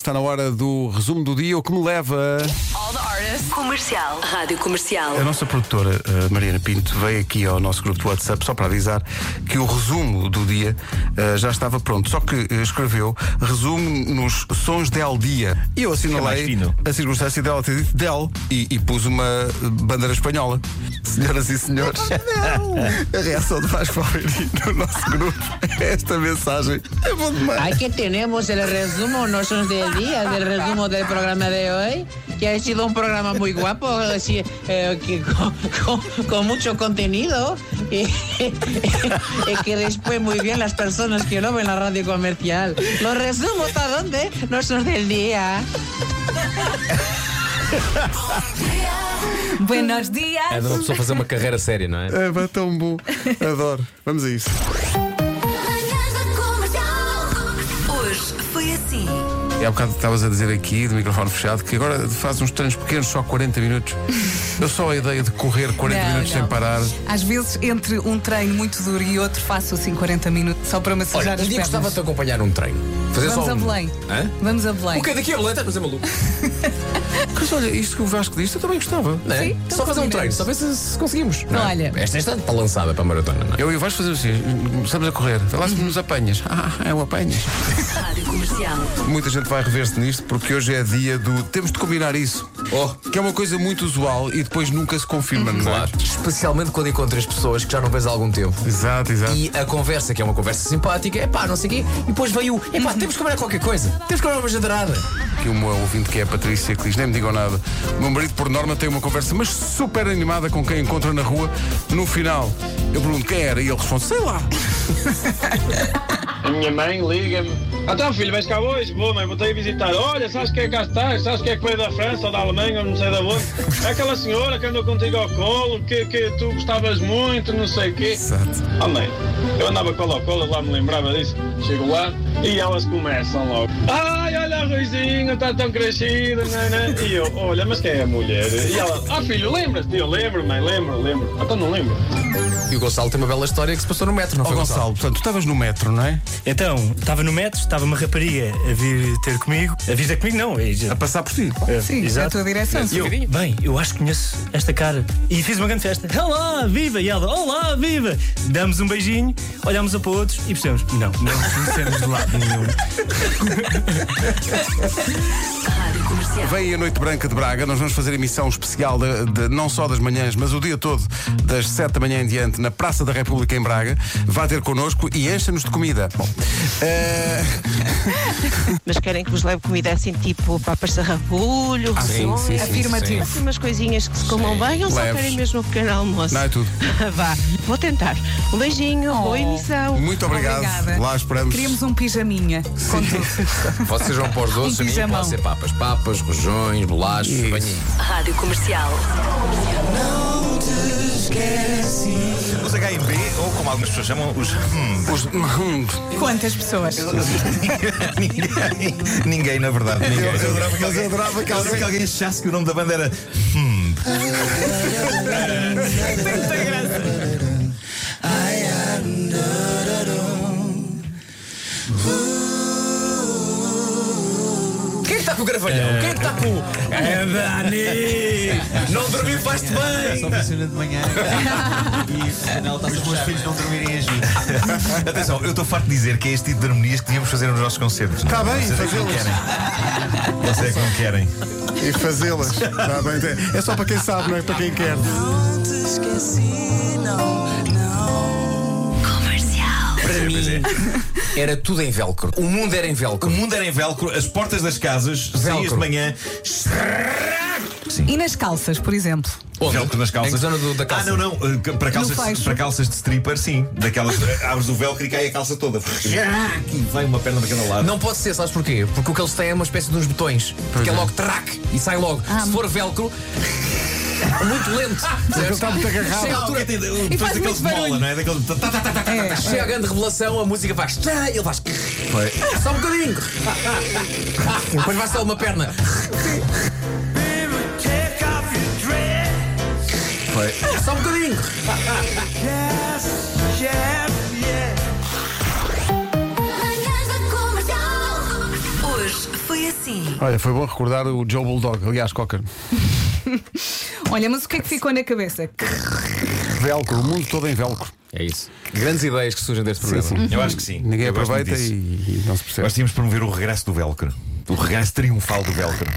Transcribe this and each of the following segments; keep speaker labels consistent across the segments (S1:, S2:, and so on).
S1: Está na hora do resumo do dia, o que me leva.
S2: All the artists. Comercial. Rádio Comercial.
S3: A nossa produtora eh, Mariana Pinto veio aqui ao nosso grupo de WhatsApp só para avisar que o resumo do dia eh, já estava pronto. Só que eh, escreveu resumo nos sons del dia. é E eu
S4: mais
S3: assinalei
S4: fino.
S3: a circunstância dela ter dito del e, e pus uma eh, bandeira espanhola. Senhoras e senhores, a reação de Vasco Almeida no nosso grupo é esta mensagem. É bom demais.
S5: Aquí tenemos el resumo, no son del día, del resumo del programa de hoy, que ha sido un programa muy guapo, así, eh, que con, con- con mucho contenido, y, y que después muy bien las personas que lo ven en la radio comercial. Los resumos a dónde no son del día.
S2: Buenos dias.
S6: É de uma pessoa fazer uma carreira séria, não é?
S3: É pá, tão bom. Adoro. Vamos a isso.
S7: Manhãs da Comercial.
S2: Hoje foi assim.
S3: E há bocado estavas a dizer aqui, do microfone fechado, que agora faz uns treinos pequenos, só 40 minutos. Eu só a ideia de correr 40
S2: Não,
S3: minutos
S2: não.
S3: sem parar.
S2: Às vezes, entre um treino muito duro e outro, faço assim 40 minutos só para me
S6: Olha,
S2: sujar
S6: um
S2: as
S6: dia
S2: pernas.
S6: gostava de te acompanhar num treino. Fazer
S2: Vamos
S6: só
S2: a
S6: um...
S2: Belém.
S6: Hã?
S2: Vamos a Belém.
S6: O que é daqui a Belém? Estás a maluco?
S3: Mas olha, isto que o Vasco disse, eu também gostava. Né?
S6: Não é?
S2: Sim, então
S6: só fazer um
S2: combinamos.
S6: treino, só ver se, se conseguimos. não é?
S2: Olha.
S6: Esta está para lançada para a maratona, não é?
S3: Eu e o Vasco fazemos assim, começamos a correr. Vê
S2: Uhum.
S3: lá se nos apanhas. Ah, é um apanhas.
S2: Rádio Comercial.
S3: Muita gente vai rever-se nisto, porque hoje é dia do temos de combinar isso. Que é uma coisa muito usual e depois nunca se confirma, não é?
S6: Especialmente quando encontras pessoas que já não vês há algum tempo.
S3: Exato, exato.
S6: E a conversa, que é uma conversa simpática, é pá, não sei o quê, e depois veio o, é pá, temos que comer qualquer coisa, temos que comer uma jantarada.
S3: Aqui uma ouvinte que é a Patrícia que diz, nem me digam nada. O meu marido, por norma, tem uma conversa, mas super animada com quem encontra na rua. No final, eu pergunto quem era e ele responde, sei lá.
S8: A minha mãe liga-me. Então, filho, vais cá hoje? Vou, mãe, vou-te aí visitar. Olha, sabes quem é que cá está? Sabes quem é que veio da França ou da Alemanha, ou não sei da onde? É Aquela senhora que andou contigo ao colo, que, que tu gostavas muito, não sei o quê.
S3: Exato.
S8: Oh, mãe, eu andava colo ao colo, lá me lembrava disso. Chego lá e elas começam logo. Ai, olha a Ruizinha, está tão crescida, né, né? E eu, olha, mas quem é a mulher? E ela, ah, filho, lembras-te? E Eu lembro, mãe, lembro, lembro. Então não lembro.
S6: E o Gonçalo tem uma bela história que se passou no metro, não
S3: Ó
S6: foi,
S3: Gonçalo, portanto, tu estavas no metro, não é?
S4: Então, estava no metro, estava uma rapariga a vir ter comigo. A vir ter comigo, não. é-
S3: A passar por ti.
S4: é,
S2: Sim, na
S3: Então,
S2: tua direção.
S4: E eu, bem, eu acho que conheço esta cara. E fiz uma grande festa. Olá, viva! E ela, olá, viva! Damos um beijinho, olhamos um para outros e percebemos. Não, não nos conhecemos de lado nenhum.
S3: Vem aí a Noite Branca de Braga, nós vamos fazer emissão especial de, de- não só das manhãs, mas o dia todo, das 7 da manhã em diante, na Praça da República em Braga. Vá ter connosco e encha-nos de comida. Bom, eh,
S9: mas querem que vos leve comida assim, tipo papas de rabulho,
S6: Ah, Sim,
S9: rosões,
S6: sim, sim,
S2: Afirmativo.
S6: sim.
S9: assim, umas coisinhas que se comam bem ou só
S3: Leves.
S9: querem mesmo um pequeno almoço?
S3: não é tudo.
S9: Vá, vou tentar. Um beijinho,
S5: Oh.
S9: boa emissão.
S3: Muito obrigado.
S2: Obrigada.
S3: Lá esperamos.
S2: Queríamos um pijaminha. Com tudo.
S6: Vocês vão para os doces,
S2: Um
S6: a mim
S2: pijamão.
S6: pode ser papas, papas, rojões, bolachas, banhinho.
S2: Rádio Comercial.
S10: Os HMB, ou como algumas pessoas chamam, os hum,
S3: Os-
S2: Quantas pessoas?
S10: ninguém, ninguém, na verdade. Ninguém. Eu, adorava que alguém, que alguém achasse que o nome da banda era hum.
S6: Quem é que está com o gravalhão? Quem é que está com o. É Dani! Não dormi, faz-te
S10: É
S6: bem!
S11: Só funciona de manhã e afinal está os meus filhos não dormirem às vezes.
S10: Atenção, eu estou farto de dizer que é este tipo de harmonias que devíamos fazer nos nossos concertos.
S6: Tá
S10: Está
S3: bem,
S10: Vocês é que não querem. Vocês é que não querem.
S3: e fazê-las. Tá bem, tem- É só para quem sabe, não é para quem quer.
S6: Para mim, era tudo em velcro. O mundo era em velcro.
S10: O mundo era Um em velcro, as portas das casas, saías
S6: Velcro.
S10: de manhã,
S2: E nas calças, por exemplo?
S6: Onde?
S10: velcro nas calças.
S6: Em que zona do- da calça?
S10: Ah, não, não. eh, Para calças,
S2: No fecho.
S10: para calças de stripper, sim. Daquelas. Abres o velcro e cai a calça toda. E vai uma perna daquela lado.
S6: Não pode ser, sabes porquê? Porque o que eles têm é uma espécie de uns botões. Porque é logo trac e sai logo. Se for velcro. é Muito lento. Ele
S3: está muito agarrado.
S6: Chega à altura,
S10: E
S2: faz
S10: daquele
S2: muito
S10: de mola,
S2: barulho.
S10: não é? Daquele. tá, tá, tá, tá, tá, tá, tá.
S6: chega a grande revelação, a música faz. tá, e Ele faz. Só um bocadinho. Depois vai só uma perna. Só um bocadinho.
S7: Manhãs da Comercial.
S2: Hoje
S7: Mas foi assim.
S1: Olha, foi bom recordar o Joe Bulldog, aliás, Cocker.
S2: Olha, mas o que é que ficou na cabeça?
S1: Velcro, o mundo todo em velcro.
S3: É isso. Grandes ideias que surgem deste programa.
S6: Eu acho que sim.
S1: Ninguém
S6: Eu gosto
S1: aproveita
S6: muito
S1: e, e não se percebe.
S6: Nós tínhamos de promover o regresso do Velcro. O regresso triunfal do Velcro.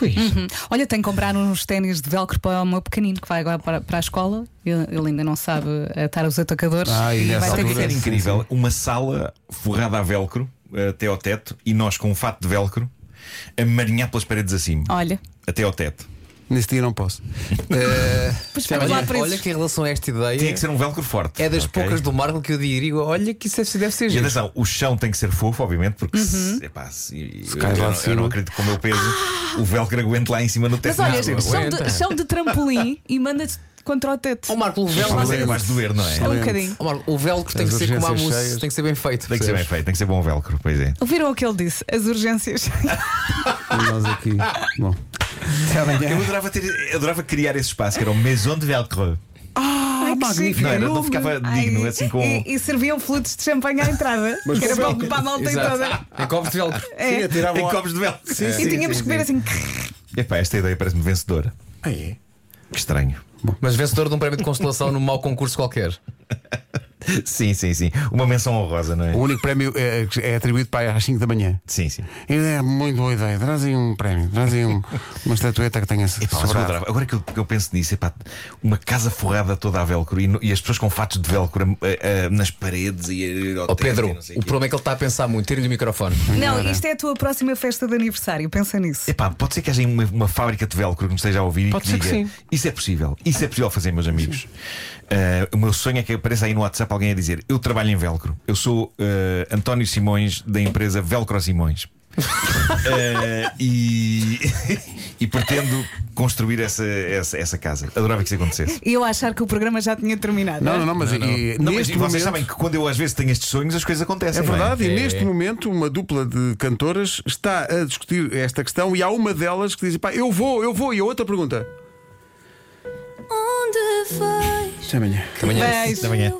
S2: Uhum. Olha, tenho que comprar uns ténis de velcro para o meu pequenino que vai agora para, para a escola. Ele, ele ainda não sabe atar os atacadores.
S6: Ah, e nessa
S2: vai ter que
S6: altura
S2: ser.
S6: era incrível. Uma sala forrada a velcro eh, até ao teto e nós com um fato de velcro a marinhar pelas paredes acima
S2: Olha.
S6: até ao teto.
S1: Nesse dia não posso.
S2: Pois
S6: vamos lá
S3: olha,
S6: presos.
S3: olha que em relação a esta ideia.
S6: Tinha que ser um velcro forte.
S3: É das
S6: ok?
S3: poucas do Marco que eu digo, olha que isso deve ser
S6: E é
S3: giro.
S6: atenção, o chão tem que ser fofo, obviamente, porque
S3: Uhum.
S6: se, epá, se- eu,
S3: cais
S6: eu
S3: lá
S6: não,
S3: de
S6: eu
S3: cima. Ah!
S6: não acredito que com o meu peso o velcro aguente lá em cima no teto.
S2: Mas olha,
S6: Não, não
S2: chão
S6: aguenta.
S2: de, chão de trampolim e manda-te contra o teto. O
S3: Marco, o
S6: Mas é mais doer, não é?
S2: Só um bocadinho.
S3: Ó, Marco, o velcro tem
S6: As
S3: que ser como a
S6: urgências
S3: mousse,
S6: cheias.
S3: tem que ser bem feito.
S6: Tem que ser bem feito, tem que ser bom o velcro, pois é.
S2: Ouviram o que ele disse? As urgências.
S1: nós aqui. Bom.
S6: Eu adorava, ter, adorava criar esse espaço que era É o Maison de Velcro.
S2: Ah,
S6: que magnífico. Não, era- não
S2: nome.
S6: ficava digno, assim, com-
S2: E, e serviam flutos de champanhe à entrada. que era para ocupar a malta toda.
S3: Em copos de velcro.
S2: É. Sim, atiravam
S6: em
S2: ao-
S6: copos de velcro.
S2: e tínhamos que ver assim.
S6: Epá, esta ideia parece-me vencedora.
S3: Ah, é?
S6: Que estranho.
S3: Mas vencedor de um prémio de consolação num mau concurso qualquer.
S6: Sim, sim, sim. Uma menção honrosa, não é?
S1: O único prémio é, é atribuído para aí às 5 da manhã.
S6: Sim, sim.
S1: É muito boa ideia. Trazem um prémio, trazem um, uma estatueta que tenha
S6: Pá, mas eu
S1: sobrado.
S6: adorava. Agora que eu, que eu penso nisso, epá, uma casa forrada toda a velcro e, no- e as pessoas com fatos de velcro eh, eh, nas paredes e.
S3: Ó Pedro, o problema é que ele está a pensar muito. Tira-lhe o microfone.
S2: Não, isto é a tua próxima festa de aniversário. Pensa nisso.
S6: Epá, pode ser que haja uma, uma fábrica de velcro que me esteja a ouvir
S2: Pode
S6: e
S2: ser
S6: que
S2: que
S6: diga
S2: sim.
S6: Isso é possível, isso é possível fazer, meus amigos Ah, O meu sonho é que apareça aí no WhatsApp alguém a dizer Eu trabalho em velcro, eu sou ah, António Simões da empresa Velcro Simões Ah, e, e pretendo construir essa, essa, essa casa Adorava que isso acontecesse
S2: E eu achar que o programa já tinha terminado.
S1: Não, não, não, mas, E,
S6: Não, mas
S1: neste
S6: vocês
S1: momento-
S6: sabem que quando eu às vezes tenho estes sonhos as coisas acontecem
S1: É verdade,
S6: não
S1: e neste momento uma dupla de cantoras está a discutir esta questão e há uma delas que diz: pá, eu vou, eu vou, e a outra pergunta.
S10: Onde vais?
S1: Até amanhã.
S10: Até amanhã. Beijo. Até amanhã.